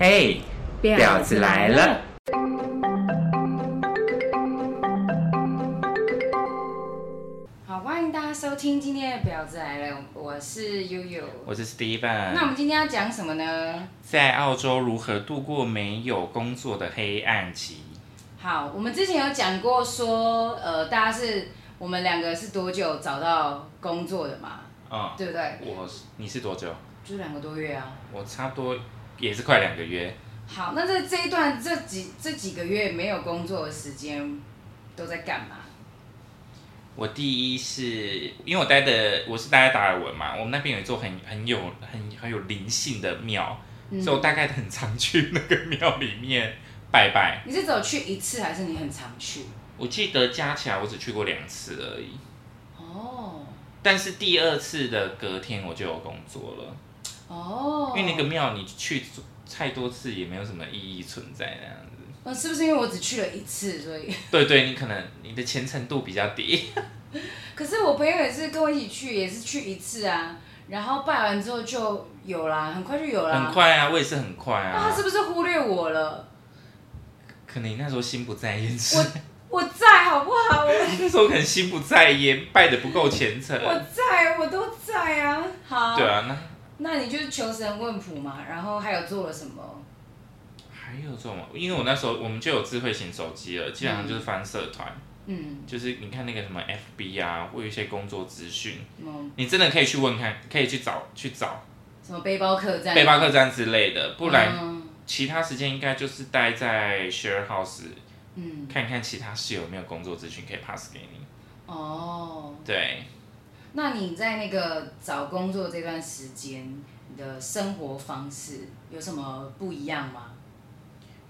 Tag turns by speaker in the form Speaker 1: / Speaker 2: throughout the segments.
Speaker 1: 嘿，婊子来了！
Speaker 2: 好，欢迎大家收听今天的《婊子来了》，我是悠悠。
Speaker 1: 我是
Speaker 2: 那我
Speaker 1: Steven，
Speaker 2: 们今天要讲什么呢？
Speaker 1: 在澳洲如何度过没有工作的黑暗期？
Speaker 2: 好，我们之前有讲过说，呃，大家是我们两个是多久找到工作的嘛？
Speaker 1: 嗯，
Speaker 2: 对不对？
Speaker 1: 我是你是多久？
Speaker 2: 就两个多月啊。
Speaker 1: 我差不多也是快两个月。
Speaker 2: 好，那这这一段这几这几个月没有工作的时间，都在干嘛？
Speaker 1: 我第一是因为我待的我是待在达尔文嘛，我们那边有一座很很有很很有灵性的庙，
Speaker 2: 嗯
Speaker 1: 所以我大概很常去那个庙里面 拜拜。
Speaker 2: 你是只有去一次，还是你很常去？
Speaker 1: 我记得加起来我只去过两次而已，
Speaker 2: 哦
Speaker 1: 但是第二次的隔天我就有工作了。
Speaker 2: 哦，
Speaker 1: 因为那个庙你去太多次也没有什么意义存在那样子。
Speaker 2: 呃，是不是因为我只去了一次，所以？
Speaker 1: 对对，你可能你的虔诚度比较低。
Speaker 2: 可是我朋友也是跟我一起去，也是去一次啊，然后拜完之后就有啦，很快就有啦。
Speaker 1: 很。快啊，我也是很快
Speaker 2: 那他
Speaker 1: 啊
Speaker 2: 是。不是忽略我了？
Speaker 1: 可能你那时候心不在焉，是
Speaker 2: 我我在好不好？我
Speaker 1: 那时候可能心不在焉，拜的不够虔诚。
Speaker 2: 我在，我都在啊。好。
Speaker 1: 对。啊，那
Speaker 2: 那你就是求神问卜嘛，然后还有做了什么？
Speaker 1: 还有这种，因为我那时候我们就有智慧型手机了，基本上就是翻社团，
Speaker 2: 嗯，
Speaker 1: 就是你看那个什么 FB 啊，或有一些工作资讯，
Speaker 2: 什么
Speaker 1: 你真的可以去问看，可以去找去找
Speaker 2: 什么背包客栈？
Speaker 1: 背包客栈之类的，不然
Speaker 2: 嗯
Speaker 1: 其他时间应该就是待在 share house，
Speaker 2: 嗯
Speaker 1: 看看其他室友有没有工作资讯可以 pass 给你。
Speaker 2: 哦，
Speaker 1: 对，
Speaker 2: 那你在那个找工作这段时间，你的生活方式有什么不一样吗？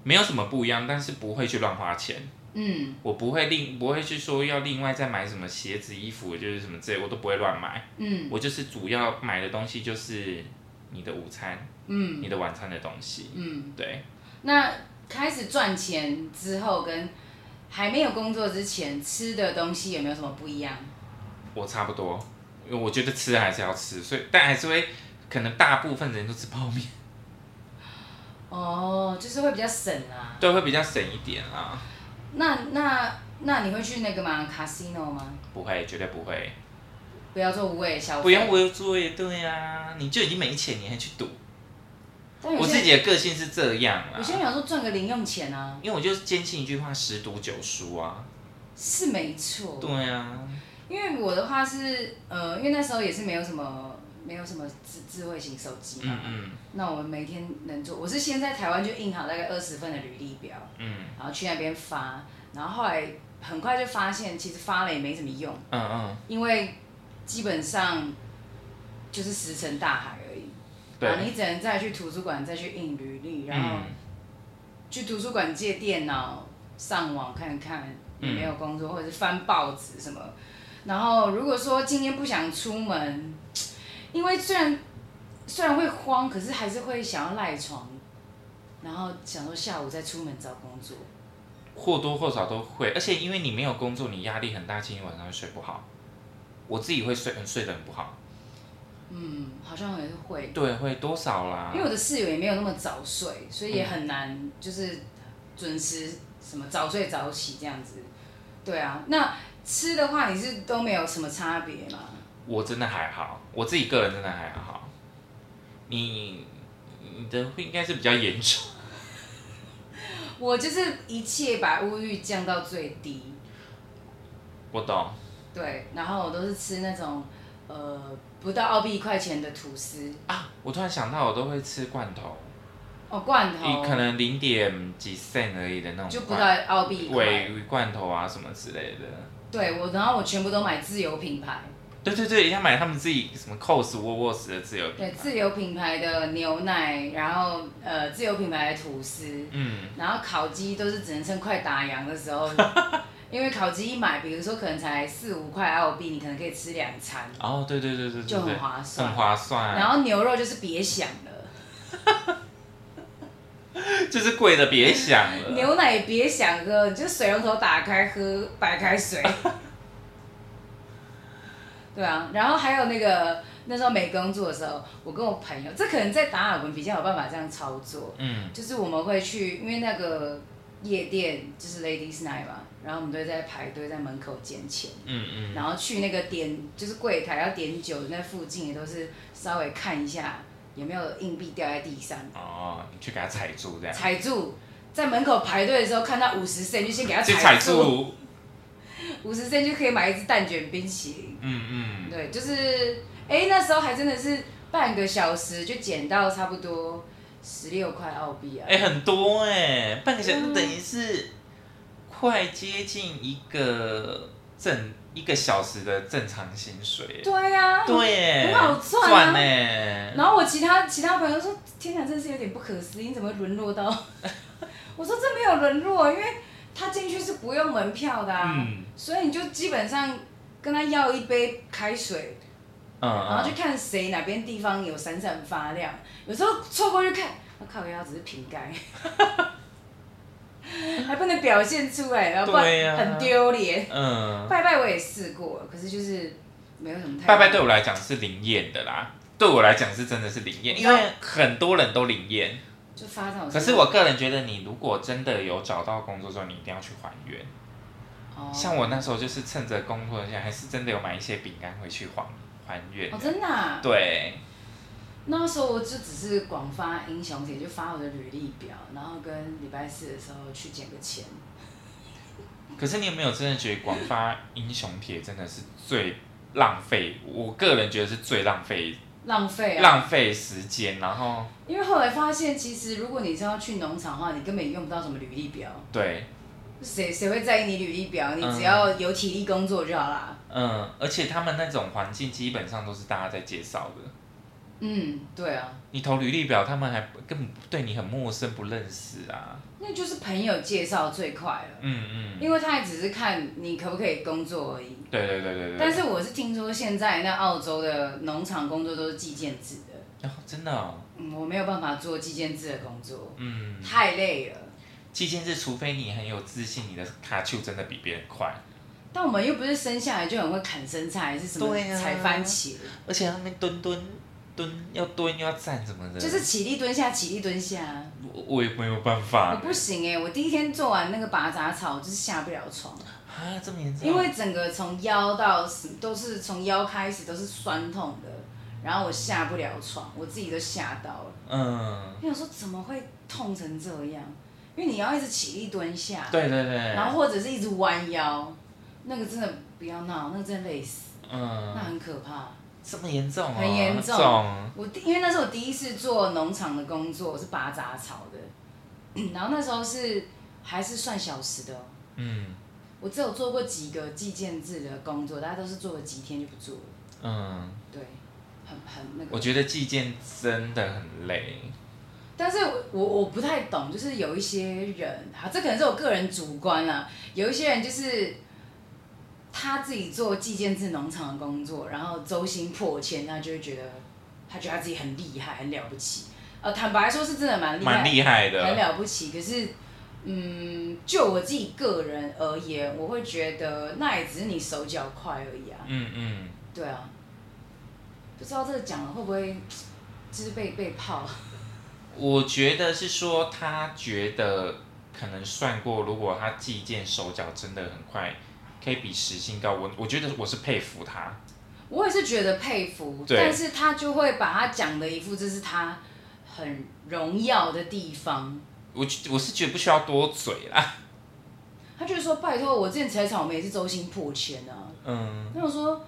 Speaker 1: 没有什么不一样，但是不会去乱花钱。
Speaker 2: 嗯
Speaker 1: 我不会另不会去说要另外再买什么鞋子、衣服，就是什么这我都不会乱买。
Speaker 2: 嗯
Speaker 1: 我就是主要买的东西就是你的午餐、
Speaker 2: 嗯
Speaker 1: 你的晚餐的东西。
Speaker 2: 嗯。
Speaker 1: 对，
Speaker 2: 那开始赚钱之后，跟还没有工作之前吃的东西有没有什么不一样？
Speaker 1: 我差不多，因为我觉得吃还是要吃，所以但还是会可能大部分人都吃泡面，
Speaker 2: 哦，就是会比较省啊。
Speaker 1: 对，会比较省一点啦。
Speaker 2: 那那那你会去那个吗？casino 吗？
Speaker 1: 不会，绝对不会。
Speaker 2: 不要做无谓消费。
Speaker 1: 不用我有作业，对呀、你就已经没钱，你还去赌？
Speaker 2: 但有
Speaker 1: 我
Speaker 2: 些
Speaker 1: 自己的个性是这样
Speaker 2: 有些人
Speaker 1: 啦，
Speaker 2: 想说赚个零用钱啊，
Speaker 1: 因为我就是坚信一句话：十赌九输啊。
Speaker 2: 是没错。
Speaker 1: 对啊，
Speaker 2: 因为我的话是呃，因为那时候也是没有什么没有什么智智慧型手机嘛
Speaker 1: 嗯，嗯
Speaker 2: 那我们每天能做，我是先在台湾就印好大概二十份的履历表。
Speaker 1: 嗯
Speaker 2: 然后去那边发，然后后来很快就发现，其实发了也没什么用，
Speaker 1: 嗯嗯，
Speaker 2: 因为基本上就是石沉大海而已。然后
Speaker 1: 对，
Speaker 2: 你只能再去图书馆再去印履历，然后
Speaker 1: 嗯
Speaker 2: 去图书馆借电脑上网看看有没有工作，或者是翻报纸什么。然后如果说今天不想出门，因为虽然虽然会慌，可是还是会想要赖床，然后想说下午再出门找工作。
Speaker 1: 或多或少都会，而且因为你没有工作，你压力很大，今天晚上会睡不好。我自己会睡，睡得很不好。
Speaker 2: 嗯，好像也是会，
Speaker 1: 对，会多少啦
Speaker 2: 因？为我的室友也没有那么早睡，所以也很难就是准时什么早睡早起这样子。对啊，那吃的话你是都没有什么差别嘛？
Speaker 1: 我真的还好，我自己个人真的还好。你你的会应该是比较严重。
Speaker 2: 我就是一切把物欲降到最低，
Speaker 1: 我懂，
Speaker 2: 对，然后我都是吃那种呃不到澳币一块钱的吐司
Speaker 1: 啊，我突然想到，我都会吃罐头，
Speaker 2: 哦罐
Speaker 1: 一
Speaker 2: 头，
Speaker 1: 可能零点几 cent 而已的那种罐，
Speaker 2: 就不到澳币
Speaker 1: 尾
Speaker 2: 一块。
Speaker 1: 鱼罐头啊什么之类的。
Speaker 2: 对我，然后我全部都买自有品牌，
Speaker 1: 对对对，要买他们自己什么 cos、沃沃斯的自由品
Speaker 2: 对
Speaker 1: 牌。
Speaker 2: 自有品牌的牛奶，然后呃自有品牌的吐司，
Speaker 1: 嗯，
Speaker 2: 然后烤鸡都是只能趁快打烊的时候， 因为烤鸡一买，比如说可能才四五块澳币，你可能可以吃两餐，
Speaker 1: 哦，对对对对对
Speaker 2: 就
Speaker 1: 对
Speaker 2: 很划
Speaker 1: 很
Speaker 2: 算。
Speaker 1: 划算，
Speaker 2: 然后牛肉就是别想了，
Speaker 1: 就是贵的别想了。
Speaker 2: 牛奶也别想 喝，你就水龙头打开喝白开水。对啊，然后还有那个那时候没工作的时候，我跟我朋友，这可能在达尔文比较有办法这样操作，
Speaker 1: 嗯
Speaker 2: 就是我们会去，因为那个夜店就是 Ladies Night 嘛，然后我们都会在排队在门口捡钱，
Speaker 1: 嗯嗯，
Speaker 2: 然后去那个点就是柜台要点酒的那附近也都是稍微看一下有没有硬币掉在地上，
Speaker 1: 哦，你去给它踩住这样，
Speaker 2: 踩住。在门口排队的时候，看到五十 c 就先给他
Speaker 1: 去踩
Speaker 2: 住，
Speaker 1: 住，
Speaker 2: 五十 c 就可以买一支蛋卷冰淇淋。
Speaker 1: 嗯嗯，
Speaker 2: 对，就是哎、那时候还真的是半个小时就捡到差不多十六块澳币啊。
Speaker 1: 哎、很多哎、半个小时
Speaker 2: 嗯
Speaker 1: 等于是快接近一个正一个小时的正常薪水、欸，
Speaker 2: 对呀、
Speaker 1: 对耶、
Speaker 2: 很好赚啊
Speaker 1: 赚欸
Speaker 2: 然后我其他其他朋友说：“天哪，真是有点不可思议，你怎么沦落到？”我说：“这没有沦落，因为他进去是不用门票的啊，
Speaker 1: 嗯
Speaker 2: 所以你就基本上跟他要一杯开水，
Speaker 1: 嗯嗯，
Speaker 2: 然后就看谁哪边地方有闪闪发亮。有时候凑过去看，我、靠，原来只是瓶盖， 还不能表现出来，然后不
Speaker 1: 对呀
Speaker 2: 然很丢脸。
Speaker 1: 嗯，
Speaker 2: 拜拜我也试过，可是就是没有什么太
Speaker 1: 拜拜对我来讲是灵验的啦，对我来讲是真的是灵验，因为很多人都灵验。
Speaker 2: 就发展。
Speaker 1: 可是我个人觉得，你如果真的有找到工作之后，你一定要去还原。
Speaker 2: 哦
Speaker 1: 像我那时候就是趁着工作一下，还是真的有买一些饼干回去还还原
Speaker 2: 哦，。真的、啊。
Speaker 1: 对，
Speaker 2: 那时候我就只是广发英雄帖，就发我的履历表，然后跟礼拜四的时候去捡个钱。
Speaker 1: 可是你有没有真的觉得广发英雄帖真的是最浪费？我个人觉得是最浪费、
Speaker 2: 浪费啊！
Speaker 1: 浪费时间，然后
Speaker 2: 因为后来发现，其实如果你是要去农场的话，你根本用不到什么履历表，
Speaker 1: 对，
Speaker 2: 谁谁会在意你履历表？你
Speaker 1: 嗯
Speaker 2: 只要有体力工作就好啦。
Speaker 1: 嗯，而且他们那种环境基本上都是大家在介绍的。
Speaker 2: 嗯，对啊，
Speaker 1: 你投履历表，他们还不根本对你很陌生，不认识啊。
Speaker 2: 那就是朋友介绍最快了，
Speaker 1: 嗯嗯，
Speaker 2: 因为他也只是看你可不可以工作而已。
Speaker 1: 对对对对对。
Speaker 2: 但是我是听说现在那澳洲的农场工作都是计件制的，
Speaker 1: 哦、真的、哦，
Speaker 2: 嗯，我没有办法做计件制的工作，
Speaker 1: 嗯，
Speaker 2: 太累了。
Speaker 1: 期间是除非你很有自信，你的卡丘真的比别人快，
Speaker 2: 但我们又不是生下来就很会砍生菜，还是什么
Speaker 1: 对啊
Speaker 2: 采番茄，
Speaker 1: 而且他们蹲蹲蹲要蹲又要站什么的，
Speaker 2: 就是起立蹲下，起立蹲下。
Speaker 1: 我我也没有办法
Speaker 2: 我不行哎、我第一天做完那个拔杂草，就是下不了床，
Speaker 1: 啊，这么严重，
Speaker 2: 因为整个从腰到死都是从腰开始都是酸痛的，然后我下不了床，我自己都吓到了。
Speaker 1: 嗯，
Speaker 2: 我想说怎么会痛成这样？因为你要一直起立蹲下，
Speaker 1: 对对对，
Speaker 2: 然后或者是一直弯腰，那个真的不要闹，那个真的累死，那
Speaker 1: 嗯，
Speaker 2: 很可怕。
Speaker 1: 这么严重、哦，
Speaker 2: 很严重
Speaker 1: 那种
Speaker 2: 我第因为那是我第一次做农场的工作，我是拔杂草的，然后那时候是还是算小时的、哦，
Speaker 1: 嗯
Speaker 2: 我只有做过几个计件制的工作，大家都是做了几天就不做了，
Speaker 1: 嗯，
Speaker 2: 对，很很那
Speaker 1: 我
Speaker 2: 个。
Speaker 1: 觉得计件真的很累，
Speaker 2: 但是我我我不太懂，就是有一些人，啊，这可能是我个人主观啦、有一些人就是他自己做计件制农场的工作，然后周薪破千，他就会觉得他觉得他自己很厉害，很了不起。呃，坦白说，是真的蛮厉害
Speaker 1: 蛮
Speaker 2: 的
Speaker 1: 厉害的，
Speaker 2: 很了不起。可是，嗯，就我自己个人而言，我会觉得那也只是你手脚快而已啊。
Speaker 1: 嗯嗯。
Speaker 2: 对啊，不知道这个讲了会不会就是被被泡？
Speaker 1: 我觉得是说他觉得可能算过，如果他计件手脚真的很快，可以比时薪高。我我觉得我是佩服他，
Speaker 2: 我也是觉得佩服，
Speaker 1: 对
Speaker 2: 但是他就会把他讲的一副这是他很荣耀的地方。
Speaker 1: 我我是觉得不需要多嘴啦。
Speaker 2: 他就是说：“拜托，我之前采草莓也是周薪破千啊。
Speaker 1: 嗯”
Speaker 2: 那我说：“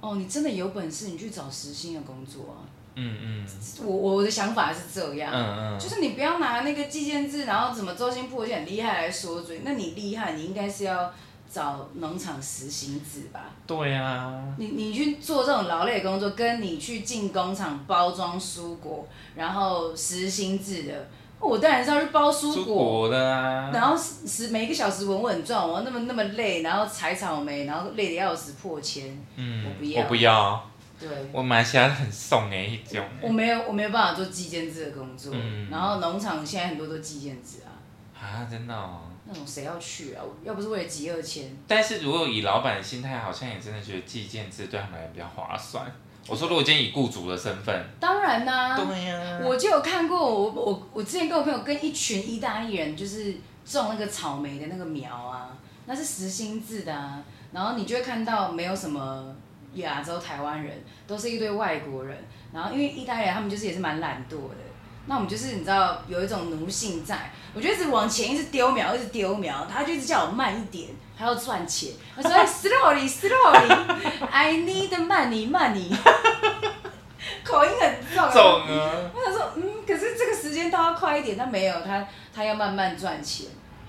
Speaker 2: 哦，你真的有本事，你去找实薪的工作啊。
Speaker 1: 嗯嗯
Speaker 2: 我”我我的想法是这样。
Speaker 1: 嗯嗯
Speaker 2: 就是你不要拿那个计件制，然后怎么周星破线很厉害来说嘴。那你厉害，你应该是要找农场实薪制吧？
Speaker 1: 对啊，
Speaker 2: 你你去做这种劳累的工作，跟你去进工厂包装蔬果，然后实薪制的，哦我当然是要去包蔬
Speaker 1: 出
Speaker 2: 果。
Speaker 1: 国的啊，
Speaker 2: 然后十十每一个小时稳稳赚，我那么那么累，然后采草莓，然后累得要死破千，
Speaker 1: 嗯，
Speaker 2: 我
Speaker 1: 我
Speaker 2: 不要
Speaker 1: 我不要，
Speaker 2: 对。
Speaker 1: 我马来西亚很送哎、一种、
Speaker 2: 我没有，我没有办法做计件制的工作，
Speaker 1: 嗯
Speaker 2: 然后农场现在很多都计件制啊，
Speaker 1: 啊，真的、哦。
Speaker 2: 那种谁要去啊？要不是为了集二千，
Speaker 1: 但是如果以老板的心态，好像也真的觉得寄件制对他们来讲比较划算。我说，如果今天以雇主的身份，
Speaker 2: 当然啦、
Speaker 1: 对呀、
Speaker 2: 我就有看过，我我我之前跟我朋友跟一群意大利人，就是种那个草莓的那个苗啊，那是实心制的啊。然后你就会看到没有什么亚洲台湾人，都是一堆外国人。然后因为意大利人他们就是也是蛮懒惰的，那我们就是你知道有一种奴性在，我就一直往前一直丢苗，一直丢苗，他就一直叫我慢一点，他要赚钱。我说 slowly slowly，I need money money，口音很重啊。
Speaker 1: 重啊。
Speaker 2: 我想说，嗯，可是这个时间到要快一点，但没有他，他要慢慢赚钱。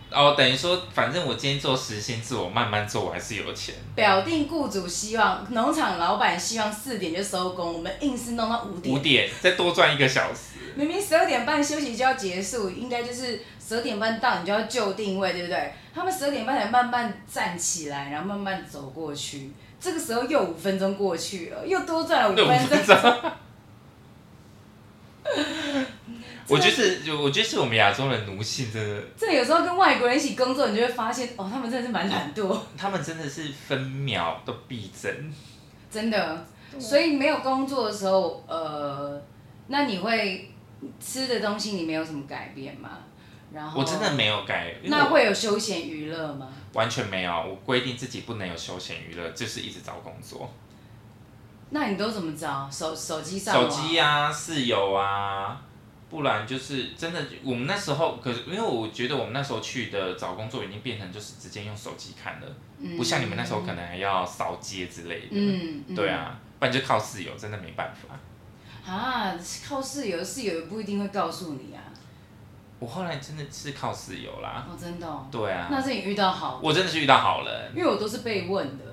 Speaker 1: 哦，等于说，反正我今天做实心制，我慢慢做，我还是有钱。
Speaker 2: 表定雇主希望，农场老板希望四点就收工，我们硬是弄到五
Speaker 1: 五
Speaker 2: 点，
Speaker 1: 点再多赚一个小时，
Speaker 2: 明明十二点半休息就要结束，应该就是十二点半到你就要就定位，对不对？他们十二点半才慢慢站起来，然后慢慢走过去。这个时候又五分钟过去了，又多赚了五
Speaker 1: 对，五
Speaker 2: 分钟
Speaker 1: 分。钟。 我觉得是，就我觉得是我们亚洲人奴性真的，
Speaker 2: 这有时候跟外国人一起工作，你就会发现，哦，他们真的是蛮懒惰。
Speaker 1: 他们真的是分秒都必争。
Speaker 2: 真的。所以没有工作的时候，呃，那你会吃的东西你没有什么改变吗？然后
Speaker 1: 我真的没有改，因为
Speaker 2: 哦那
Speaker 1: 我
Speaker 2: 会有休闲娱乐吗？
Speaker 1: 完全没有，我规定自己不能有休闲娱乐，就是一直找工作，
Speaker 2: 那你都怎么找？手手机上
Speaker 1: 手
Speaker 2: 网
Speaker 1: 机啊、室友啊，不然就是真的，我们那时候可是因为我觉得我们那时候去的找工作已经变成就是直接用手机看了，不像你们那时候可能还要扫街之类的，
Speaker 2: 嗯，嗯
Speaker 1: 对。啊，不然就靠室友，真的没办法。
Speaker 2: 啊，靠室友，室友也不一定会告诉你啊。
Speaker 1: 我后来真的是靠室友啦，
Speaker 2: 哦，真的、哦。
Speaker 1: 对啊，
Speaker 2: 那是你遇到好，
Speaker 1: 我真的是遇到好人
Speaker 2: 因为我都是被问的，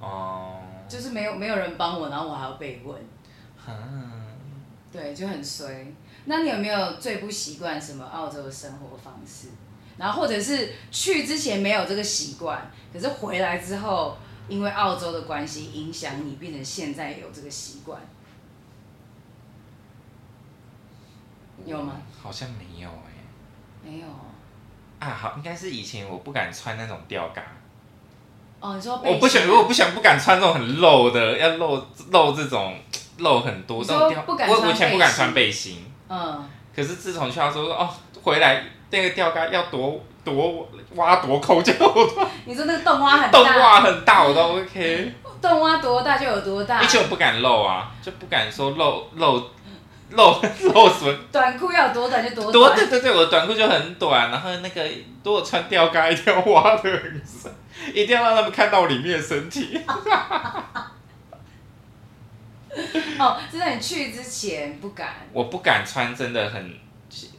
Speaker 1: 哦，
Speaker 2: 就是没有没有人帮我，然后我还要被问，
Speaker 1: 嗯，
Speaker 2: 对，就很衰。那你有没有最不习惯什么澳洲的生活方式？然后或者是去之前没有这个习惯，可是回来之后，因为澳洲的关系影响你，变成现在有这个习惯，有吗？
Speaker 1: 好像没有哎、
Speaker 2: 没有哦？
Speaker 1: 啊，好，应该是以前我不敢穿那种吊嘎，
Speaker 2: 哦，你说被
Speaker 1: 我不想，如果不想不敢穿那种很露的，要露露这种露很多
Speaker 2: 你
Speaker 1: 这
Speaker 2: 说
Speaker 1: 种吊，
Speaker 2: 不敢
Speaker 1: 我
Speaker 2: 穿
Speaker 1: 我以前不
Speaker 2: 背
Speaker 1: 敢
Speaker 2: 心
Speaker 1: 穿背心，
Speaker 2: 嗯，
Speaker 1: 可是自从去澳洲说哦，回来那个吊杆要多多挖多抠脚，我
Speaker 2: 你说那个洞挖很
Speaker 1: 洞
Speaker 2: 大，
Speaker 1: 挖很大我都 OK，
Speaker 2: 洞挖多大就有多大
Speaker 1: 而，且我不敢露啊，就不敢说露露露露什么，
Speaker 2: 短裤要有多短就多
Speaker 1: 多
Speaker 2: 短，
Speaker 1: 对对对，我的短裤就很短，然后那个如果穿吊杆一定要挖的很深，一定要让他们看到我里面的身体。
Speaker 2: 哦，就在你去之前不敢。
Speaker 1: 我不敢穿，真的很。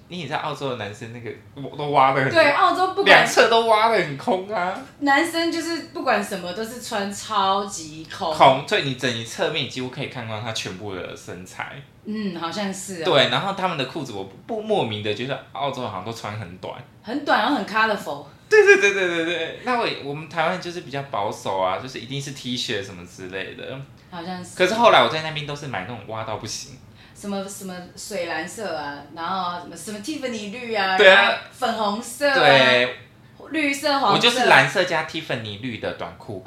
Speaker 1: 你也在澳洲的男生那个都挖的很，
Speaker 2: 对，澳洲不
Speaker 1: 两
Speaker 2: 管
Speaker 1: 侧都挖的很空啊，
Speaker 2: 男生就是不管什么都是穿超级空，
Speaker 1: 空，所以你整一侧面几乎可以看到他全部的身材。
Speaker 2: 嗯，好像是、啊，，
Speaker 1: 对，然后他们的裤子，我不不莫名的觉得澳洲好像都穿很短。
Speaker 2: 很短，然后很 colorful，
Speaker 1: 对对对对对对，那我我们台湾就是比较保守啊，就是一定是 T 恤什么之类的。
Speaker 2: 好像是。
Speaker 1: 可是后来我在那边都是买那种挖到不行，
Speaker 2: 什么什么水蓝色啊，然后什么什么 Tiffany 绿啊，
Speaker 1: 对啊，
Speaker 2: 粉红色、啊，，
Speaker 1: 对
Speaker 2: 绿色、黄色，
Speaker 1: 我就是，蓝色加 Tiffany 绿的短裤。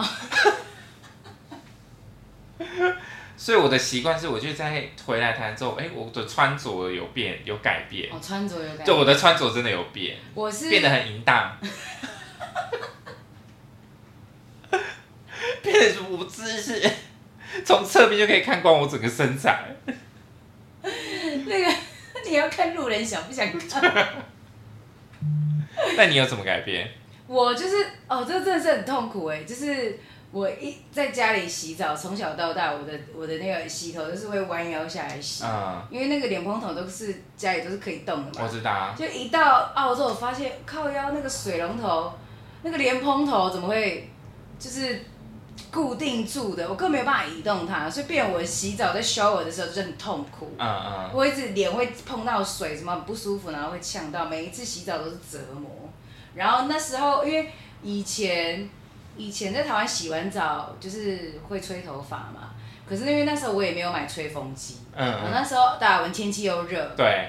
Speaker 1: 所以我的习惯是，我就在回来台湾之后，哎、我的穿着有变，有改变，
Speaker 2: 哦，穿着有感
Speaker 1: 就
Speaker 2: 觉，
Speaker 1: 我的穿着真的有变，
Speaker 2: 我是
Speaker 1: 变得很淫 荡，变得我真的是从侧面就可以看光我整个身材。
Speaker 2: 那个 你要看路人想不想看，
Speaker 1: 那你有什么改变？
Speaker 2: 我就是哦，这真的是很痛苦哎、就是。我一在家里洗澡，从小到大，我的我的那个洗头都是会弯腰下来洗，
Speaker 1: 嗯，
Speaker 2: 因为那个脸蓬头都是家里都是可以动的嘛
Speaker 1: 我。知道啊，
Speaker 2: 就一到澳洲，我发现靠腰那个水龙头，那个莲蓬头怎么会就是固定住的？我根本没有办法移动它，所以变成我洗澡在 shower 的时候就是很痛苦。
Speaker 1: 嗯嗯，
Speaker 2: 我一直脸会碰到水，什么很不舒服，然后会呛到，每一次洗澡都是折磨。然后那时候因为以前以前在台湾洗完澡就是会吹头发嘛，可是因为那时候我也没有买吹风机，
Speaker 1: 嗯
Speaker 2: 我
Speaker 1: 嗯，
Speaker 2: 那时候达尔文天气又热，
Speaker 1: 对，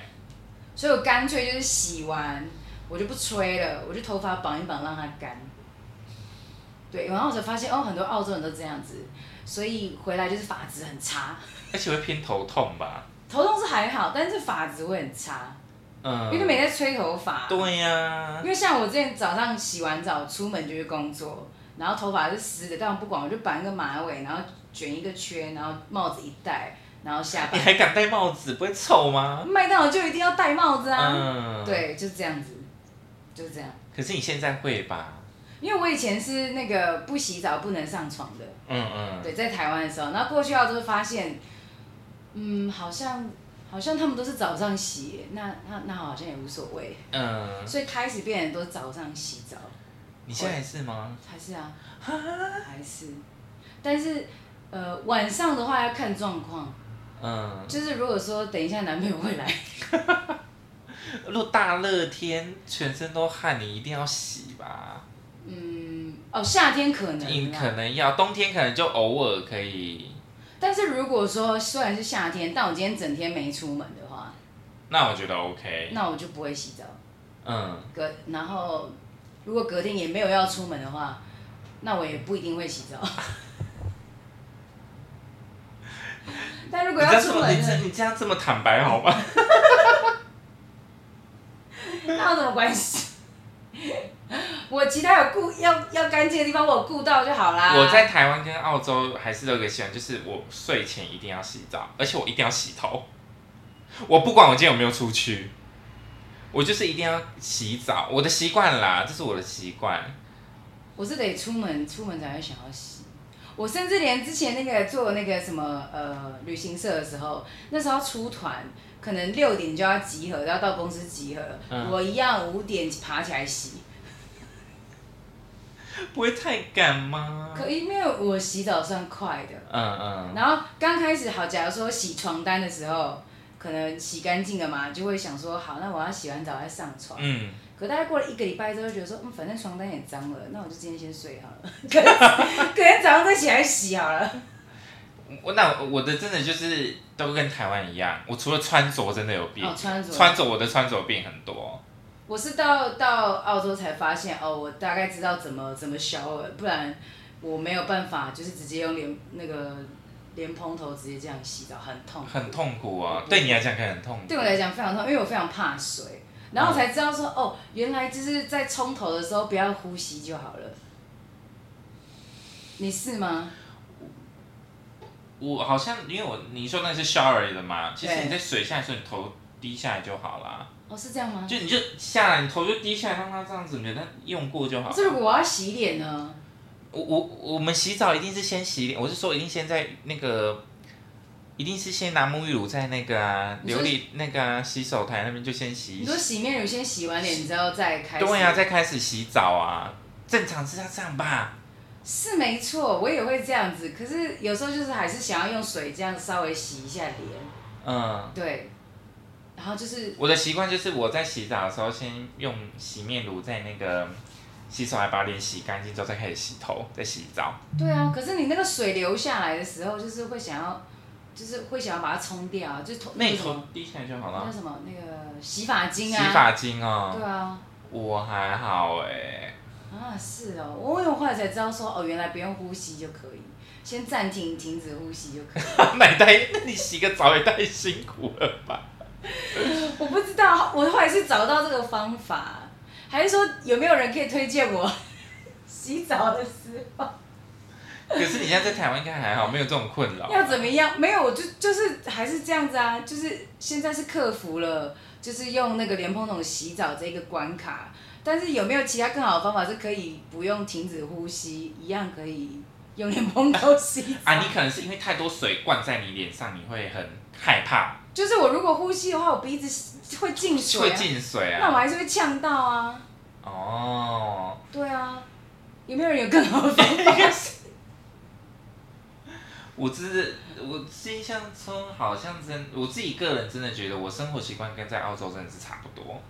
Speaker 2: 所以我干脆就是洗完，我就不吹了，我就头发绑一绑让它干。对，然后我才发现哦，很多澳洲人都这样子，所以回来就是发质很差。
Speaker 1: 而且会偏头痛吧？
Speaker 2: 头痛是还好，但是发质会很差，因为
Speaker 1: 嗯，
Speaker 2: 就没在吹头发。
Speaker 1: 对呀、
Speaker 2: 因为像我之前早上洗完澡出门就去工作，然后头发是湿的，但我不管，我就绑一个马尾，然后卷一个圈，然后帽子一戴，然后下
Speaker 1: 你
Speaker 2: 班。
Speaker 1: 还敢戴帽子？不会臭吗？
Speaker 2: 麦当劳就一定要戴帽子啊，
Speaker 1: 嗯，。
Speaker 2: 对，就是这样子，就是这样。
Speaker 1: 可是你现在会吧？
Speaker 2: 因为我以前是那个不洗澡不能上床的，
Speaker 1: 嗯嗯，
Speaker 2: 对，在台湾的时候，然后过去澳洲发现，嗯，好像好像他们都是早上洗耶，那那那好像也无所谓，
Speaker 1: 嗯，
Speaker 2: 所以开始变成都是早上洗澡，
Speaker 1: 你现在还是吗？
Speaker 2: 还是啊，还是，但是呃晚上的话要看状况，
Speaker 1: 嗯，
Speaker 2: 就是如果说等一下男朋友会来，
Speaker 1: 如果大热天全身都汗，你一定要洗吧？
Speaker 2: 嗯，哦夏天可能
Speaker 1: 你
Speaker 2: 啦，
Speaker 1: 可能要，冬天可能就偶尔可以。
Speaker 2: 但是如果说虽然是夏天，但我今天整天没出门的话，
Speaker 1: 那我觉得 OK。
Speaker 2: 那我就不会洗澡。
Speaker 1: 嗯，
Speaker 2: 隔然后如果隔天也没有要出门的话，那我也不一定会洗澡。 但如
Speaker 1: 你
Speaker 2: 果
Speaker 1: 这
Speaker 2: 要
Speaker 1: 样这
Speaker 2: 出
Speaker 1: 么你
Speaker 2: 门
Speaker 1: 这
Speaker 2: 呢，
Speaker 1: 你这样这么坦白好吗？
Speaker 2: 那有什么关系？我其他有顾要要干净的地方，我有顾到就好啦。
Speaker 1: 我在台湾跟澳洲还是有个习惯，就是我睡前一定要洗澡，而且我一定要洗头。我不管我今天有没有出去，我就是一定要洗澡，我的习惯啦，这是我的习惯。
Speaker 2: 我是得出门，出门才会想要洗。我甚至连之前那个做那个什么呃旅行社的时候，那时候要出团，可能六点就要集合，要到公司集合，
Speaker 1: 嗯
Speaker 2: 我一样五点爬起来洗。
Speaker 1: 不会太赶吗？
Speaker 2: 可因为我洗澡算快的，
Speaker 1: 嗯嗯，
Speaker 2: 然后刚开始好，假如说洗床单的时候，可能洗干净了嘛，就会想说好，那我要洗完澡再上床。
Speaker 1: 嗯，
Speaker 2: 可大概过了一个礼拜之后，觉得说嗯，反正床单也脏了，那我就今天先睡好了， 可能可能早上再起来洗好了。
Speaker 1: 我嗯那我的真的就是都跟台湾一样，我除了穿着真的有变，
Speaker 2: 哦，穿着
Speaker 1: 穿着我的穿着变很多。
Speaker 2: 我是到到澳洲才发现哦，我大概知道怎么怎么小耳，不然我没有办法，就是直接用莲那个莲蓬头直接这样洗澡，很痛苦，
Speaker 1: 很痛苦啊，对你来讲可能很痛苦。
Speaker 2: 对我来讲非常痛，因为我非常怕水，然后我才知道说，哦，原来就是在冲头的时候不要呼吸就好了。你是吗？
Speaker 1: 我好像因为我你说那是 shower 的嘛，其实
Speaker 2: 对
Speaker 1: 你在水下的时候，你头低下来就好啦，
Speaker 2: 哦，是这样吗？
Speaker 1: 就你就下来，你头就低下来，让它这样子，给它用过就好
Speaker 2: 可
Speaker 1: 了。
Speaker 2: 是如果我要洗脸呢？
Speaker 1: 我我我们洗澡一定是先洗脸，我是说一定先在那个，一定是先拿沐浴乳在那个啊
Speaker 2: 你
Speaker 1: 琉
Speaker 2: 说
Speaker 1: 璃那个啊洗手台那边就先洗一
Speaker 2: 你
Speaker 1: 洗
Speaker 2: 说。洗面乳先洗完脸之后再开始，
Speaker 1: 对啊，再开始洗澡啊，正常是要这样吧？
Speaker 2: 是没错，我也会这样子。可是有时候就是还是想要用水这样稍微洗一下脸，
Speaker 1: 嗯，
Speaker 2: 对。然后就是
Speaker 1: 我的习惯就是我在洗澡的时候先用洗面乳在那个洗手台把脸洗干净之后再开始洗头，再洗澡。
Speaker 2: 对啊，可是你那个水流下来的时候，就是会想要，就是会想要把它冲掉啊，就是头
Speaker 1: 那你
Speaker 2: 是什么
Speaker 1: 头低下来就好
Speaker 2: 那叫
Speaker 1: 了。
Speaker 2: 什么那个洗发
Speaker 1: 洗
Speaker 2: 精啊，
Speaker 1: 发精哦，
Speaker 2: 对啊，
Speaker 1: 我还好哎、
Speaker 2: 啊是哦，我有后来才知道说哦，原来不用呼吸就可以，先暂停停止呼吸就可以。
Speaker 1: 那你太，那你洗个澡也太辛苦了吧？
Speaker 2: 我不知道，我后来是找到这个方法，还是说有没有人可以推荐我 洗澡的时候
Speaker 1: 可是你现在在台湾应该还好，没有这种困扰。
Speaker 2: 要怎么样？没有，我就就是还是这样子啊，就是现在是克服了，就是用那个莲蓬桶洗澡这个关卡。但是有没有其他更好的方法是可以不用停止呼吸，一样可以用莲蓬头洗澡？
Speaker 1: 啊，你可能是因为太多水灌在你脸上，你会很害怕，
Speaker 2: 就是我如果呼吸的话，我鼻子会进水、
Speaker 1: 会
Speaker 2: 啊，
Speaker 1: 进水
Speaker 2: 那我
Speaker 1: 啊。
Speaker 2: 还是会呛到啊。
Speaker 1: 哦，
Speaker 2: 对啊，有没有人有更好的方 法？
Speaker 1: 我只是我印象中好像真，我自己个人真的觉得我生活习惯跟在澳洲真的是差不多。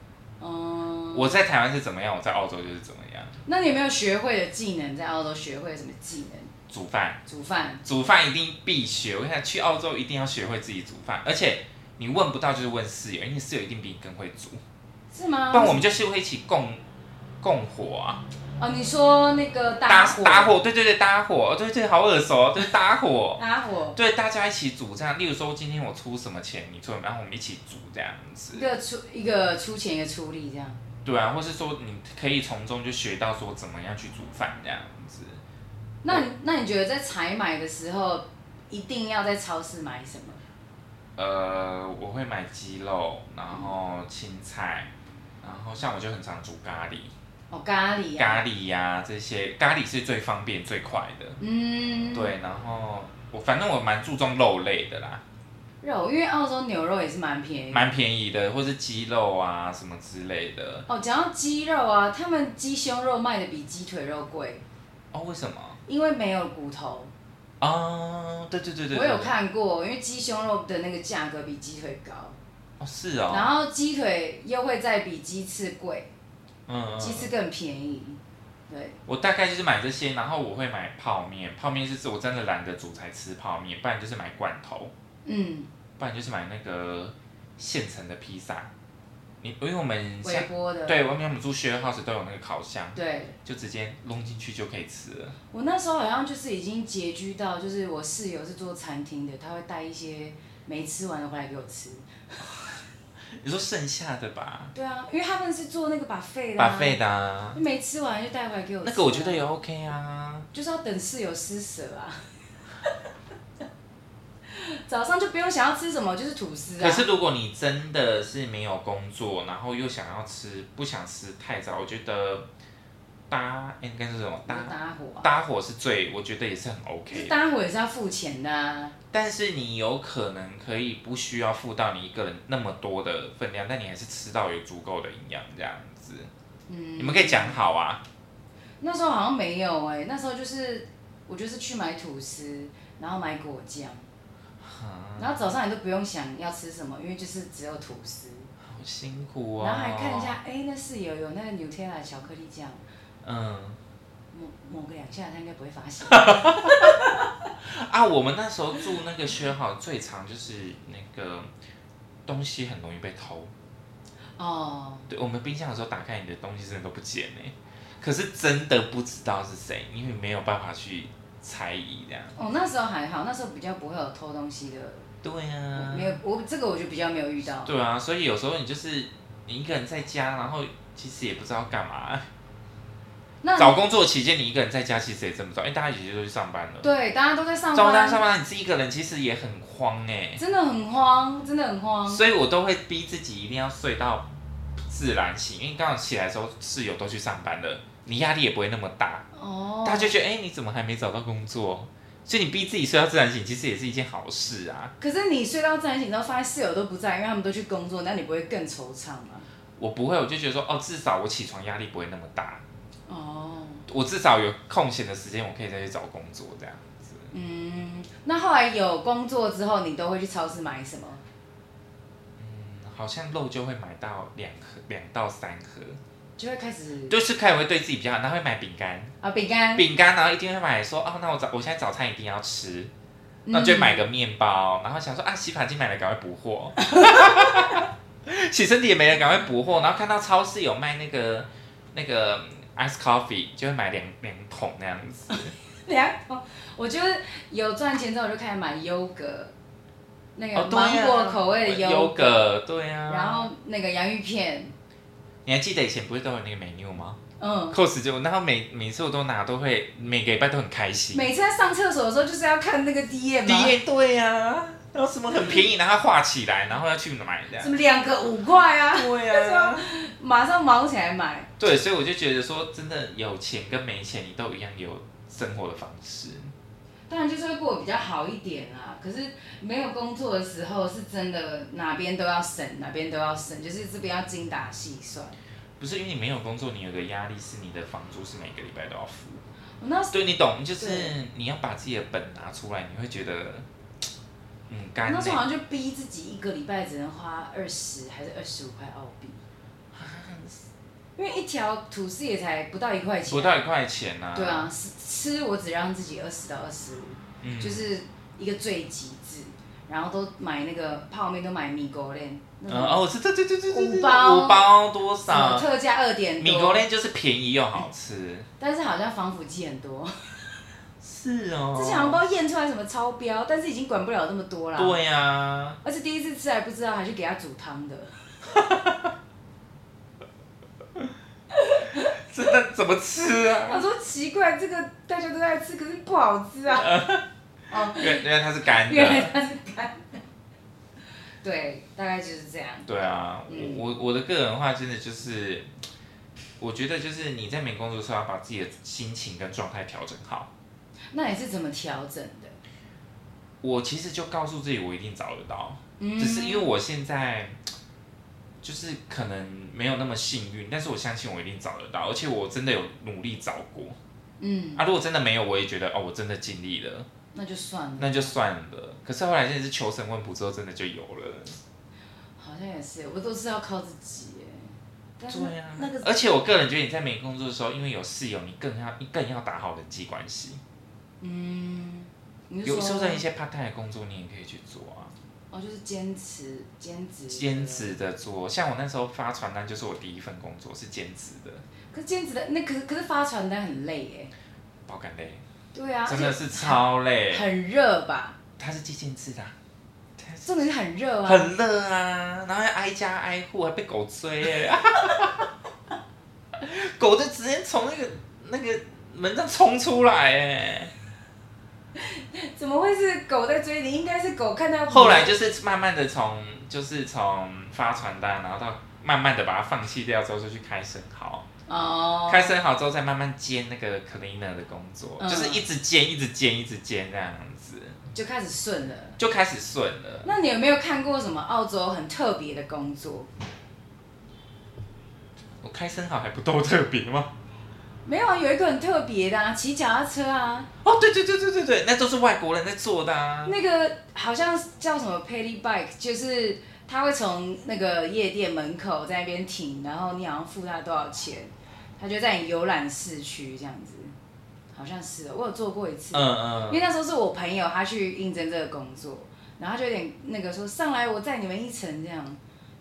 Speaker 2: 嗯，
Speaker 1: 我在台湾是怎么样，我在澳洲就是怎么样。
Speaker 2: 那你有没有学会的技能？在澳洲学会什么技能？
Speaker 1: 煮饭，
Speaker 2: 煮饭
Speaker 1: 煮饭一定必学。我跟你讲，去澳洲一定要学会自己煮饭，而且你问不到就是问室友，因为室友一定比你更会煮。
Speaker 2: 是吗？
Speaker 1: 不然我们就是会一起共共火啊，
Speaker 2: 哦，你说那个
Speaker 1: 搭
Speaker 2: 火
Speaker 1: 搭火，对对对，搭火，哦对对，好耳熟哦，对搭火，
Speaker 2: 搭火，
Speaker 1: 对，大家一起组这样，例如说今天我出什么钱，你出什么，然后我们一起组这样子
Speaker 2: 一，个出一个出钱一个出力这样。
Speaker 1: 对啊，或是说你可以从中就学到说怎么样去煮饭这样子。
Speaker 2: 那你那你觉得在采买的时候，一定要在超市买什么？
Speaker 1: 呃，我会买鸡肉，然后青菜，然后像我就很常煮咖喱，
Speaker 2: 哦，咖喱啊，
Speaker 1: 咖喱呀、这些，咖喱是最方便最快的。
Speaker 2: 嗯，，
Speaker 1: 对，然后我反正我蛮注重肉类的啦，
Speaker 2: 肉，因为澳洲牛肉也是蛮便宜的。
Speaker 1: 蛮便宜的，或是鸡肉啊什么之类的。
Speaker 2: 哦，讲到鸡肉啊，他们鸡胸肉卖的比鸡腿肉贵，
Speaker 1: 哦，为什么？
Speaker 2: 因为没有骨头。
Speaker 1: 哦，对对对对，
Speaker 2: 我有
Speaker 1: 对。
Speaker 2: 看过，因为鸡胸肉的那个价格比鸡腿高，
Speaker 1: 哦，是哦。
Speaker 2: 然后鸡腿又会再比鸡翅贵，
Speaker 1: 嗯，
Speaker 2: 鸡翅更便宜。对，
Speaker 1: 我大概就是买这些，然后我会买泡面，泡面是我真的懒得煮才吃泡面，不然就是买罐头，
Speaker 2: 嗯，
Speaker 1: 不然就是买那个现成的披萨。你因为我们像
Speaker 2: 微波的。
Speaker 1: 对，外面我们住 share house 都有那个烤箱，
Speaker 2: 对
Speaker 1: 就直接弄进去就可以吃了。
Speaker 2: 我那时候好像就是已经拮据到，就是我室友是做餐厅的，他会带一些没吃完的回来给我吃。
Speaker 1: 你说剩下的吧，
Speaker 2: 对啊，因为他们是做那个把费的、
Speaker 1: 把
Speaker 2: 啊，
Speaker 1: 费的、啊，
Speaker 2: 没吃完就带回来给我吃、
Speaker 1: 那个我觉得也 OK 啊。
Speaker 2: 就是要等室友施舍啊。 早上就不用想要吃什么，就是吐司啊。
Speaker 1: 可是如果你真的是没有工作，然后又想要吃，不想吃太早，我觉得搭应该是什么
Speaker 2: 就
Speaker 1: 搭
Speaker 2: 搭伙啊，
Speaker 1: 搭火是最，我觉得也是很
Speaker 2: 可是
Speaker 1: OK 的。
Speaker 2: 搭伙也是要付钱的、啊。
Speaker 1: 但是你有可能可以不需要付到你一个人那么多的分量，但你还是吃到有足够的营养这样子。
Speaker 2: 嗯，
Speaker 1: 你们可以讲好啊。
Speaker 2: 那时候好像没有哎、那时候就是我就是去买吐司，然后买果酱，然后早上你都不用想要吃什么，因为就是只有吐司，
Speaker 1: 好辛苦哦。
Speaker 2: 然后还看一下，。哎、那室友有那个 Nutella 巧克力酱，
Speaker 1: 嗯。
Speaker 2: 抹抹个两下，他应该不会发 现。
Speaker 1: 啊，我们那时候住那个学好，最常就是那个东西很容易被偷。
Speaker 2: 哦，
Speaker 1: 对，我们冰箱的时候打开你的东西真的都不见哎、可是真的不知道是谁，因为没有办法去猜疑这样。
Speaker 2: 哦，那时候还好，那时候比较不会有偷东西的，
Speaker 1: 对
Speaker 2: 我
Speaker 1: 啊
Speaker 2: 没。有，我这个我就比较没有遇到。
Speaker 1: 对啊，所以有时候你就是你一个人在家，然后其实也不知道干嘛。
Speaker 2: 那
Speaker 1: 找工作期间你一个人在家，其实也挣不着，因为大家一起都去上班了。
Speaker 2: 对，啊大家都在上
Speaker 1: 上班
Speaker 2: 班，
Speaker 1: 上班，你自己一个人其实也很慌哎、
Speaker 2: 真的很慌，真的很慌。
Speaker 1: 所以我都会逼自己一定要睡到自然醒，因为刚好起来的时候室友都去上班了，你压力也不会那么大，
Speaker 2: 哦，
Speaker 1: 大家就觉得哎、你怎么还没找到工作？所以你逼自己睡到自然醒，其实也是一件好事啊。
Speaker 2: 可是你睡到自然醒之后，发现室友都不在，因为他们都去工作，那你不会更惆怅吗？
Speaker 1: 我不会，我就觉得说哦，至少我起床压力不会那么大，
Speaker 2: 哦，
Speaker 1: 我至少有空闲的时间，我可以再去找工作这样子。
Speaker 2: 嗯，那后来有工作之后，你都会去超市买什么？
Speaker 1: 好像肉就会买到两盒，两到三盒，
Speaker 2: 就会开始
Speaker 1: 就是开始会对自己比较好，然后会买饼干，
Speaker 2: 啊，饼干，
Speaker 1: 饼干，然后一定会买说，哦，那我早我现在早餐一定要吃，
Speaker 2: 嗯
Speaker 1: 那啊就买个面包，然后想说啊，洗发精买了赶快补货，洗身体也没了赶快补货，然后看到超市有卖那个那个 ice coffee，就会买两两桶那样子，
Speaker 2: 两桶。我就是有赚钱之后，我就开始买优格，那个
Speaker 1: 哦，对
Speaker 2: 芒
Speaker 1: 啊，
Speaker 2: 果口味的优
Speaker 1: 优，格，对啊，
Speaker 2: 然后那个洋芋片，
Speaker 1: 你还记得以前不是都有那个 menu 吗
Speaker 2: 嗯。
Speaker 1: ？cos 就，然后每每次我都拿，都会每个礼拜都很开心。
Speaker 2: 每次在上厕所的时候，就是要看那个 D M
Speaker 1: 第
Speaker 2: 啊，
Speaker 1: 一对呀、然后什么很便宜，然后画起来，然后要去买这样
Speaker 2: 什。么两个五块啊，
Speaker 1: 对呀、
Speaker 2: 马上忙起来买。
Speaker 1: 对，所以我就觉得说，真的有钱跟没钱，你都一样有生活的方式。
Speaker 2: 当然就是会过得比较好一点啦。可是没有工作的时候，是真的哪边都要省，哪边都要省，就是这边要精打细算。
Speaker 1: 不是因为你没有工作，你有个压力是你的房租是每个礼拜都要付。
Speaker 2: 我那时
Speaker 1: 对，你懂，就是
Speaker 2: 对
Speaker 1: 你要把自己的本拿出来，你会觉得，嗯，
Speaker 2: 我
Speaker 1: 干
Speaker 2: 那时候好
Speaker 1: 累。
Speaker 2: 像就逼自己一个礼拜只能花二十还是二十五块澳 币，因为一条吐司也才不到一块钱。
Speaker 1: 不到一块钱呐、
Speaker 2: 对，啊，吃吃我只让自己二十到二十五，
Speaker 1: 嗯，
Speaker 2: 就是一个最极致。然后都买那个泡面，都买米狗链，那
Speaker 1: 嗯
Speaker 2: 种
Speaker 1: 哦，我是对对对对对对，
Speaker 2: 五包
Speaker 1: 五包多
Speaker 2: 什么
Speaker 1: 少？
Speaker 2: 特价二点
Speaker 1: 啊米国
Speaker 2: 多，
Speaker 1: 类就是便宜又好吃，
Speaker 2: 但是好像防腐剂很多。
Speaker 1: 是哦。
Speaker 2: 之前好像不知道验出来什么超标，但是已经管不了这么多啦。，
Speaker 1: 对啊呀、
Speaker 2: 而且第一次吃还不知道，还去给它煮汤的。
Speaker 1: 这那怎么吃啊？
Speaker 2: 我说奇怪，这个大家都在吃，可是不好吃 啊。哦，
Speaker 1: 原原来它是干
Speaker 2: 原来
Speaker 1: 的。
Speaker 2: 它是干的。对，大概就是这样。
Speaker 1: 对啊，
Speaker 2: 嗯
Speaker 1: 我我我的个人话真的就是，我觉得就是你在没工作的时候要把自己的心情跟状态调整好。
Speaker 2: 那你是怎么调整的？
Speaker 1: 我其实就告诉自己，我一定找得到，
Speaker 2: 嗯
Speaker 1: 只是因为我现在就是可能没有那么幸运，但是我相信我一定找得到，而且我真的有努力找过
Speaker 2: 嗯，
Speaker 1: 啊。如果真的没有，我也觉得哦，我真的尽力了，
Speaker 2: 那就算了。
Speaker 1: 那就算了。可是后来真的是求神问卜之后，真的就有了。
Speaker 2: 好像也是，我都是要靠自己耶。但是
Speaker 1: 对啊，
Speaker 2: 那个
Speaker 1: 而且我个人觉得你在没工作的时候，因为有室友，你更要你更要打好人际关系。
Speaker 2: 嗯，你
Speaker 1: 有
Speaker 2: 是
Speaker 1: 时候
Speaker 2: 说
Speaker 1: 在一些 part time 的工作，你也可以去做啊，
Speaker 2: 哦，就是坚持，坚持，
Speaker 1: 兼。职的做。像我那时候发传单，就是我第一份工作是兼职的，
Speaker 2: 可是兼职的那可是可是发传单很累耶。
Speaker 1: 包干累，
Speaker 2: 对啊，
Speaker 1: 真的是超
Speaker 2: 而且
Speaker 1: 累。
Speaker 2: 很热吧？
Speaker 1: 他是寄件制的啊、他是
Speaker 2: 重点是很热啊。
Speaker 1: 很热啊，然后还挨家挨户，还被狗追耶、 狗就直接从那个那个门上冲出来哎、
Speaker 2: 怎么会是狗在追你？应该是狗看到你
Speaker 1: 后来就是慢慢的从就是从发传单，然后到慢慢的把它放弃掉之后，就去开生蚝，
Speaker 2: 哦，
Speaker 1: 开生蚝之后再慢慢兼那个 cleaner 的工作，
Speaker 2: 嗯
Speaker 1: 就是一直兼一直兼一直兼这样子，
Speaker 2: 就开始顺了。
Speaker 1: 就开始顺了。
Speaker 2: 那你有没有看过什么澳洲很特别的工作？
Speaker 1: 我开生蚝还不够特别吗？
Speaker 2: 没有啊，有一个很特别的、啊，骑脚踏车啊，
Speaker 1: 哦，对对对对对对，那都是外国人在做的啊。
Speaker 2: 那个好像叫什么 Paddy Bike，就是他会从那个夜店门口在那边停，然后你好像付他多少钱，他就在你游览市区这样子，好像是哦，我有做过一次。
Speaker 1: 嗯
Speaker 2: 因为
Speaker 1: 嗯，
Speaker 2: 那时候是我朋友他去应征这个工作，然后他就有点那个说上来我载你们一程这样，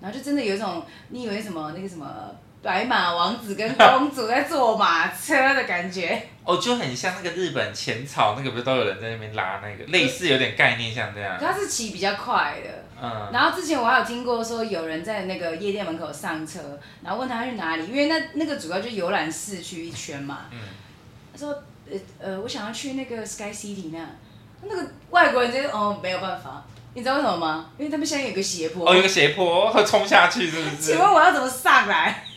Speaker 2: 然后就真的有一种你以为什么那个什么白马王子跟公主在坐马车的感觉，
Speaker 1: 哦，就很像那个日本浅草那个，不是都有人在那边拉那个，类似有点概念像这样
Speaker 2: 可。他是骑比较快的。
Speaker 1: 嗯，
Speaker 2: 然后之前我还有听过说有人在那个夜店门口上车，然后问他去哪里，因为那那个主要就游览市区一圈嘛。
Speaker 1: 嗯
Speaker 2: 他说呃呃，我想要去那个 Sky City 那，那个外国人就哦没有办法，你知道为什么吗？因为他们现在有个斜坡。
Speaker 1: 哦，有个斜坡会冲下去，是不是？
Speaker 2: 请问我要怎么上来？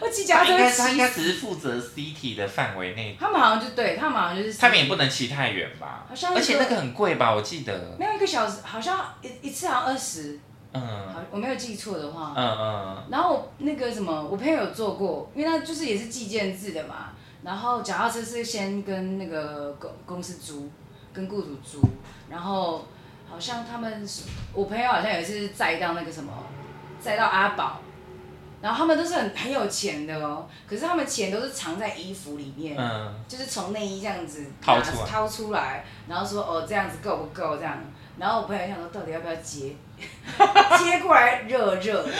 Speaker 2: 我骑脚踏
Speaker 1: 他应
Speaker 2: 车
Speaker 1: 该他应
Speaker 2: 骑
Speaker 1: 该
Speaker 2: 死，
Speaker 1: 只是负责 CT 的范围内，
Speaker 2: 他们好像就对他们好像就是
Speaker 1: 他们也不能骑太远吧
Speaker 2: 好像？是
Speaker 1: 而且那个很贵吧？我记得，
Speaker 2: 没有一个小时，好像一一次好像二十，
Speaker 1: 嗯
Speaker 2: 好我没有记错的
Speaker 1: 嗯
Speaker 2: 话。
Speaker 1: 嗯，
Speaker 2: 然后我那个什么，我朋友有做过，因为那就是也是计件制的嘛。然后脚踏车是先跟那个公公司租，跟雇主租，然后好像他们是，我朋友好像也是载到那个什么，载到阿宝，然后他们都是很很有钱的哦，可是他们钱都是藏在衣服里面，
Speaker 1: 嗯，
Speaker 2: 就是从内衣这样子
Speaker 1: 掏
Speaker 2: 拿
Speaker 1: 出来
Speaker 2: 掏出来，然后说哦这样子够不够这样，然后我朋友想说到底要不要接， 接过来热热 的。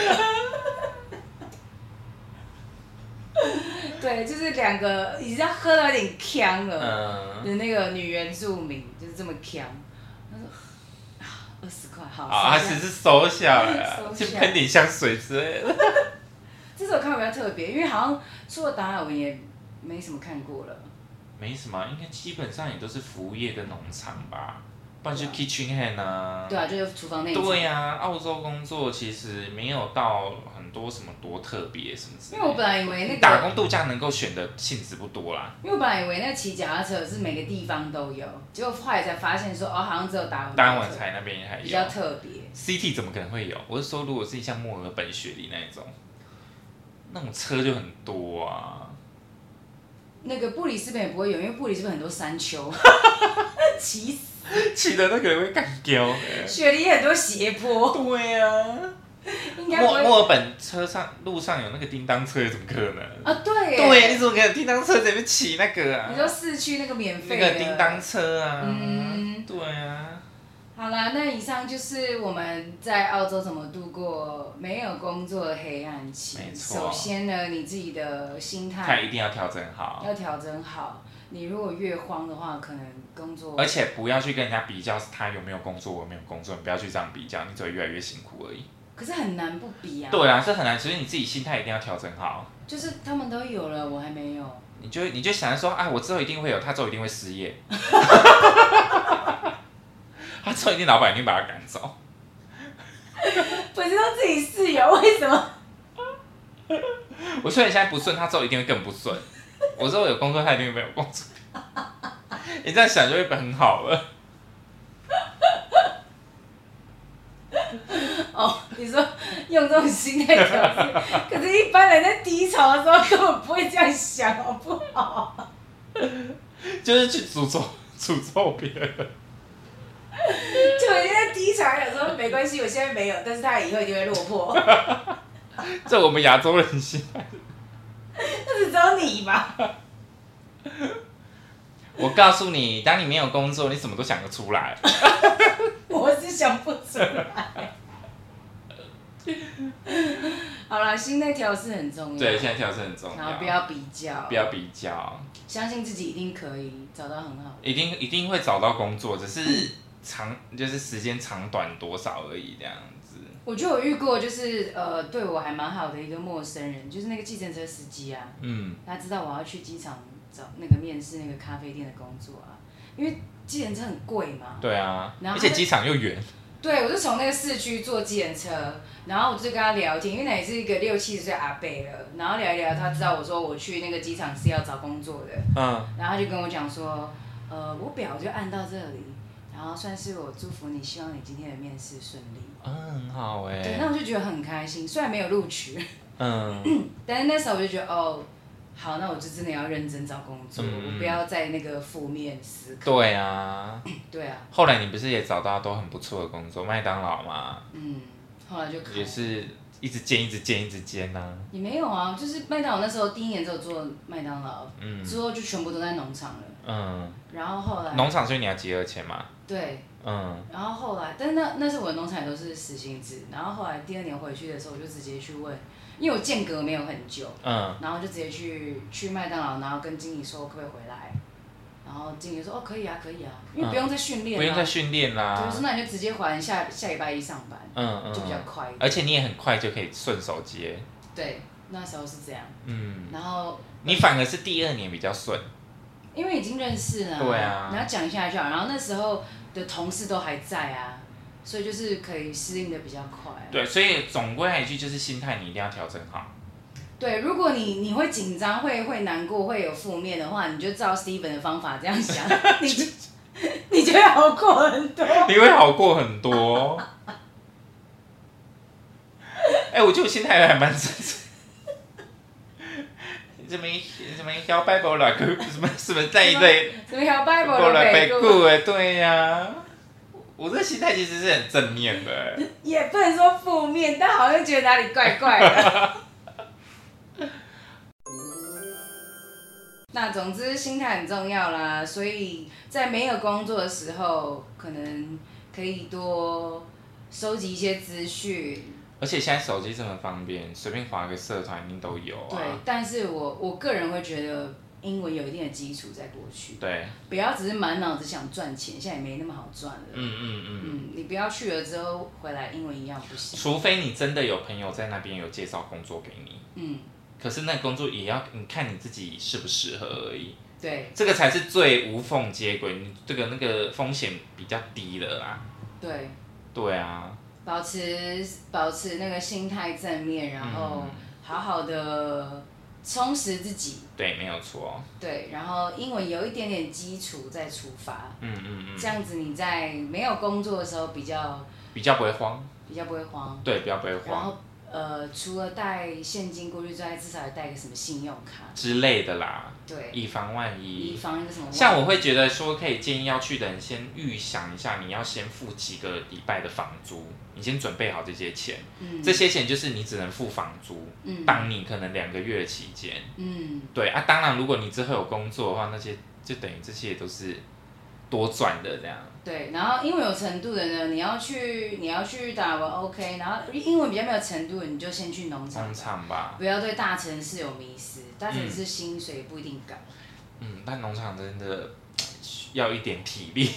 Speaker 2: 对，就是两个已经喝到有点呛了
Speaker 1: 嗯，
Speaker 2: 的那个女原住民，就是这么呛。他说啊，二十块好。
Speaker 1: 好，他
Speaker 2: 收下
Speaker 1: 只是啊收下来啊，
Speaker 2: 收
Speaker 1: 就
Speaker 2: 下
Speaker 1: 喷点香水之类的。
Speaker 2: 这首看法比较特别，因为好像除了达尔文也没什么看过了。
Speaker 1: 嗯没什么，应该基本上也都是服务业跟农场吧，不然就
Speaker 2: 对啊
Speaker 1: kitchen hand 啊。
Speaker 2: 对啊，就是厨房那一
Speaker 1: 对
Speaker 2: 层。
Speaker 1: 呀、澳洲工作其实没有到很多什么多特别什么之
Speaker 2: 因为我
Speaker 1: 类的。
Speaker 2: 本来以为那
Speaker 1: 打
Speaker 2: 个
Speaker 1: 工度假能够选的性质不多啦，
Speaker 2: 因为我本来以为那骑脚踏车是每个地方都有，结果后来才发现说，哦，好像只有达尔文
Speaker 1: 当然晚餐那边还有。
Speaker 2: 比较特别。
Speaker 1: CT 怎么可能会有？我是说，如果是像墨尔本雪梨那一种，那种车就很多啊。
Speaker 2: 那个布里斯本也不会有，因为布里斯本很多 山丘，骑死
Speaker 1: 骑的那个人会干掉、
Speaker 2: 雪梨很多斜坡，
Speaker 1: 对啊，
Speaker 2: 应该不
Speaker 1: 墨
Speaker 2: 会
Speaker 1: 墨尔本车上路上有那个叮当车，怎么可能？
Speaker 2: 啊，对耶，
Speaker 1: 对，你怎么可能叮当车在那边骑那个
Speaker 2: 你
Speaker 1: 啊？
Speaker 2: 说市区那个免
Speaker 1: 那
Speaker 2: 费的
Speaker 1: 个叮当车啊，
Speaker 2: 嗯
Speaker 1: 对啊，
Speaker 2: 好啦，那以上就是我们在澳洲怎么度过没有工作的黑暗期。
Speaker 1: 没错
Speaker 2: 首先呢，你自己的心
Speaker 1: 他
Speaker 2: 态
Speaker 1: 一定要调整好，
Speaker 2: 要调整好。你如果越慌的话，可能工作
Speaker 1: 而且不要去跟人家比较他有没有工作，我有没有工作，你不要去这样比较，你只会越来越辛苦而已。
Speaker 2: 可是很难不比啊。
Speaker 1: 对啊，这很难，所以你自己心态一定要调整好。
Speaker 2: 就是他们都有了，我还没有。
Speaker 1: 你就你就想着说，啊，我之后一定会有，他之后一定会失业， 他之后一定老板一定把他赶走。
Speaker 2: 不知道自己室友为什么？
Speaker 1: 我虽然现在不顺，他之后一定会更不顺。我之后有工作，他一定没有工作。你这样想就会很好了。
Speaker 2: 哦， 你说用这种心态调试， 可是一般人在低潮的时候根本不会这样想，好不好？
Speaker 1: 就是去诅咒诅咒别人。
Speaker 2: 就人在低潮，想说没关系，我现在没有，但是他以后一定会落魄。
Speaker 1: 这我们亚洲人心。
Speaker 2: 那是只有你吧？
Speaker 1: 我告诉你，当你没有工作，你什么都想得出来。
Speaker 2: 我是想不出来。 好啦，心态调试很重要。
Speaker 1: 对，现在调整很重
Speaker 2: 然后
Speaker 1: 要，
Speaker 2: 不要比较，
Speaker 1: 不要比较，
Speaker 2: 相信自己一定可以找到很好的。
Speaker 1: 一定一定会找到工作，只是长就是时间长短多少而已这样子。
Speaker 2: 我就有遇过，就是呃，对我还蛮好的一个陌生人，就是那个计程车司机啊，
Speaker 1: 嗯，
Speaker 2: 他知道我要去机场找那个面试那个咖啡店的工作啊，因为计程车很贵嘛。
Speaker 1: 对啊，
Speaker 2: 然后
Speaker 1: 而且机场又远，
Speaker 2: 对，我就从那个市区坐计程车，然后我就跟他聊天，因为那也是一个六七十岁阿伯了，然后聊一聊，他知道我说我去那个机场是要找工作的，
Speaker 1: 嗯，
Speaker 2: 然后他就跟我讲说，呃，我表就按到这里，然后算是我祝福你，希望你今天的面试顺利。
Speaker 1: 嗯，很好哎、
Speaker 2: 对，那我就觉得很开心，虽然没有录取。
Speaker 1: 嗯，
Speaker 2: 但是那时候我就觉得，哦，好，那我就真的要认真找工作，
Speaker 1: 嗯
Speaker 2: 我不要在那个负面思考。
Speaker 1: 对啊。
Speaker 2: 对啊，
Speaker 1: 后来你不是也找到都很不错的工作，麦当劳嘛，
Speaker 2: 嗯，后来就考
Speaker 1: 也是一直兼一直兼一直兼呐、啊。
Speaker 2: 也没有啊，就是麦当劳那时候第一年只有做麦当劳，
Speaker 1: 嗯
Speaker 2: 之后就全部都在农场了。
Speaker 1: 嗯，
Speaker 2: 然后后来
Speaker 1: 农场所以你要集合钱嘛，
Speaker 2: 对，
Speaker 1: 嗯
Speaker 2: 然后后来，但是那那是我的农场也都是实薪制。然后后来第二年回去的时候，我就直接去问，因为我间隔没有很久，
Speaker 1: 嗯
Speaker 2: 然后就直接去去麦当劳，然后跟经理说我可不可以回来，然后经理就说哦可以啊可以啊，因为不用再训练、
Speaker 1: 嗯
Speaker 2: 啊
Speaker 1: 不用再训练啦
Speaker 2: 就。是那你就直接还下下礼拜一上班，
Speaker 1: 嗯
Speaker 2: 就比较
Speaker 1: 嗯，
Speaker 2: 快一点。
Speaker 1: 而且你也很快就可以顺手接，
Speaker 2: 对，那时候是这样。
Speaker 1: 嗯，
Speaker 2: 然后
Speaker 1: 你反而是第二年比较顺，
Speaker 2: 因为已经认识了，
Speaker 1: 对啊
Speaker 2: 你要讲一下就好。然后那时候的同事都还在啊，所以就是可以适应的比较快、啊。
Speaker 1: 对，所以总归来一句就是心态你一定要调整好，
Speaker 2: 对，如果你你会紧张、会会难过、会有负面的话，你就照 Steven 的方法这样想， 你就你就会好过很多。
Speaker 1: 你会好过很多。哎、我觉得我心态还蛮正常。什么什么摇摆不了，可什么什么在一堆
Speaker 2: 怎么小 Bible
Speaker 1: 过
Speaker 2: 的
Speaker 1: 来被
Speaker 2: 北顾
Speaker 1: 顾哎，对呀、我这心态其实是很正面的、哎
Speaker 2: 也不能说负面，但好像觉得哪里怪怪的。 那总之，心态很重要啦，所以在没有工作的时候，可能可以多收集一些资讯。
Speaker 1: 而且现在手机这么方便，随便划个社团一定都有
Speaker 2: 对
Speaker 1: 啊。，
Speaker 2: 但是我我个人会觉得英文有一定的基础在过去，
Speaker 1: 对，
Speaker 2: 不要只是满脑子想赚钱，现在也没那么好赚了。
Speaker 1: 嗯嗯嗯。
Speaker 2: 嗯，你不要去了之后回来英文一样不行。
Speaker 1: 除非你真的有朋友在那边有介绍工作给你，
Speaker 2: 嗯，
Speaker 1: 可是那工作也要你看你自己适不适合而已，
Speaker 2: 对
Speaker 1: 这个才是最无缝接轨，你这个那个风险比较低的啦。
Speaker 2: 对。
Speaker 1: 对啊，
Speaker 2: 保持保持那个心态正面，然
Speaker 1: 嗯
Speaker 2: 后好好的充实自己，
Speaker 1: 对，没有错。
Speaker 2: 对，然后英文有一点点基础再出发，
Speaker 1: 嗯嗯嗯，
Speaker 2: 这样子你在没有工作的时候比较
Speaker 1: 比较不会慌，
Speaker 2: 比较不会慌，
Speaker 1: 对，比较不会
Speaker 2: 然
Speaker 1: 慌
Speaker 2: 后呃除了带现金过去之外，至少也带个什么信用卡，
Speaker 1: 之类的啦，
Speaker 2: 对，
Speaker 1: 以防万
Speaker 2: 以
Speaker 1: 一。
Speaker 2: 防那个什么
Speaker 1: 像我会觉得说，可以建议要去的人先预想一下，你要先付几个礼拜的房租，你先准备好这些钱。
Speaker 2: 嗯
Speaker 1: 这些钱就是你只能付房租，
Speaker 2: 嗯
Speaker 1: 当你可能两个月的期间，
Speaker 2: 嗯
Speaker 1: 对啊，当然，如果你之后有工作的话，那些就等于这些也都是多赚的这样。
Speaker 2: 对，然后英文有程度的呢，你要去你要去打完 OK，然后英文比较没有程度的，你就先去农场
Speaker 1: 工，厂吧，
Speaker 2: 不要对大城市有迷失，大城市薪水不一定高。
Speaker 1: 嗯，但农场真的要一点体力。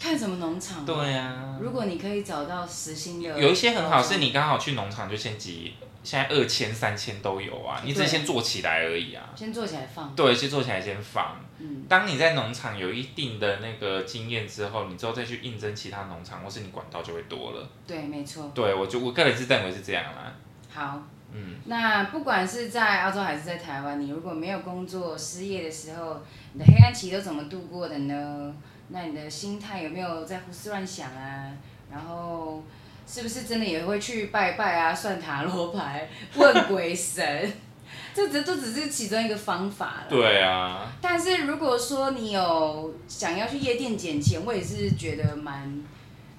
Speaker 2: 看什么农场？
Speaker 1: 对啊，
Speaker 2: 如果你可以找到实心的，
Speaker 1: 有一些很好，是你刚好去农场就先集，现在二千、三千都有啊，你只是
Speaker 2: 对
Speaker 1: 先做起来而已啊。
Speaker 2: 先做起来放。
Speaker 1: 对，先做起来先放。
Speaker 2: 嗯
Speaker 1: 当你在农场有一定的那个经验之后，你之后再去应征其他农场，或是你管道就会多了。
Speaker 2: 对，没错。
Speaker 1: 对我就我个人是认为是这样啦。
Speaker 2: 好，
Speaker 1: 嗯，
Speaker 2: 那不管是在澳洲还是在台湾，你如果没有工作、失业的时候，你的黑暗期都怎么度过的呢？那你的心态有没有在胡思乱想啊？然后是不是真的也会去拜拜啊、算塔罗牌、问鬼神？ 这只都只是其中一个方法了。
Speaker 1: 对啊，
Speaker 2: 但是如果说你有想要去夜店捡钱，我也是觉得蛮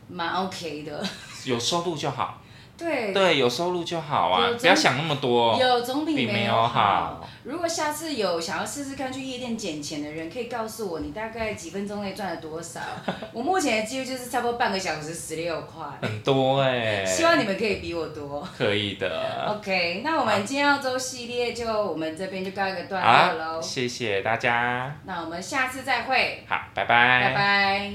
Speaker 2: 蛮 OK 的。
Speaker 1: 有收入就好。
Speaker 2: 对，
Speaker 1: 对，有收入就好啊
Speaker 2: 有，
Speaker 1: 不要想那么多，
Speaker 2: 有总比
Speaker 1: 比
Speaker 2: 没
Speaker 1: 没
Speaker 2: 有
Speaker 1: 有
Speaker 2: 好。
Speaker 1: 好。
Speaker 2: 如果下次有想要试试看去夜店捡钱的人，可以告诉我你大概几分钟内赚了多 少。我目前的记录就是差不多半个小时十六块，
Speaker 1: 很多哎、
Speaker 2: 希望你们可以比我多。
Speaker 1: 可以的。
Speaker 2: OK，那我们今天澳洲系列就我们这边就告一个
Speaker 1: 啊
Speaker 2: 段落
Speaker 1: 好，
Speaker 2: 喽。
Speaker 1: 谢谢大家。
Speaker 2: 那我们下次再会，
Speaker 1: 好，拜
Speaker 2: 拜拜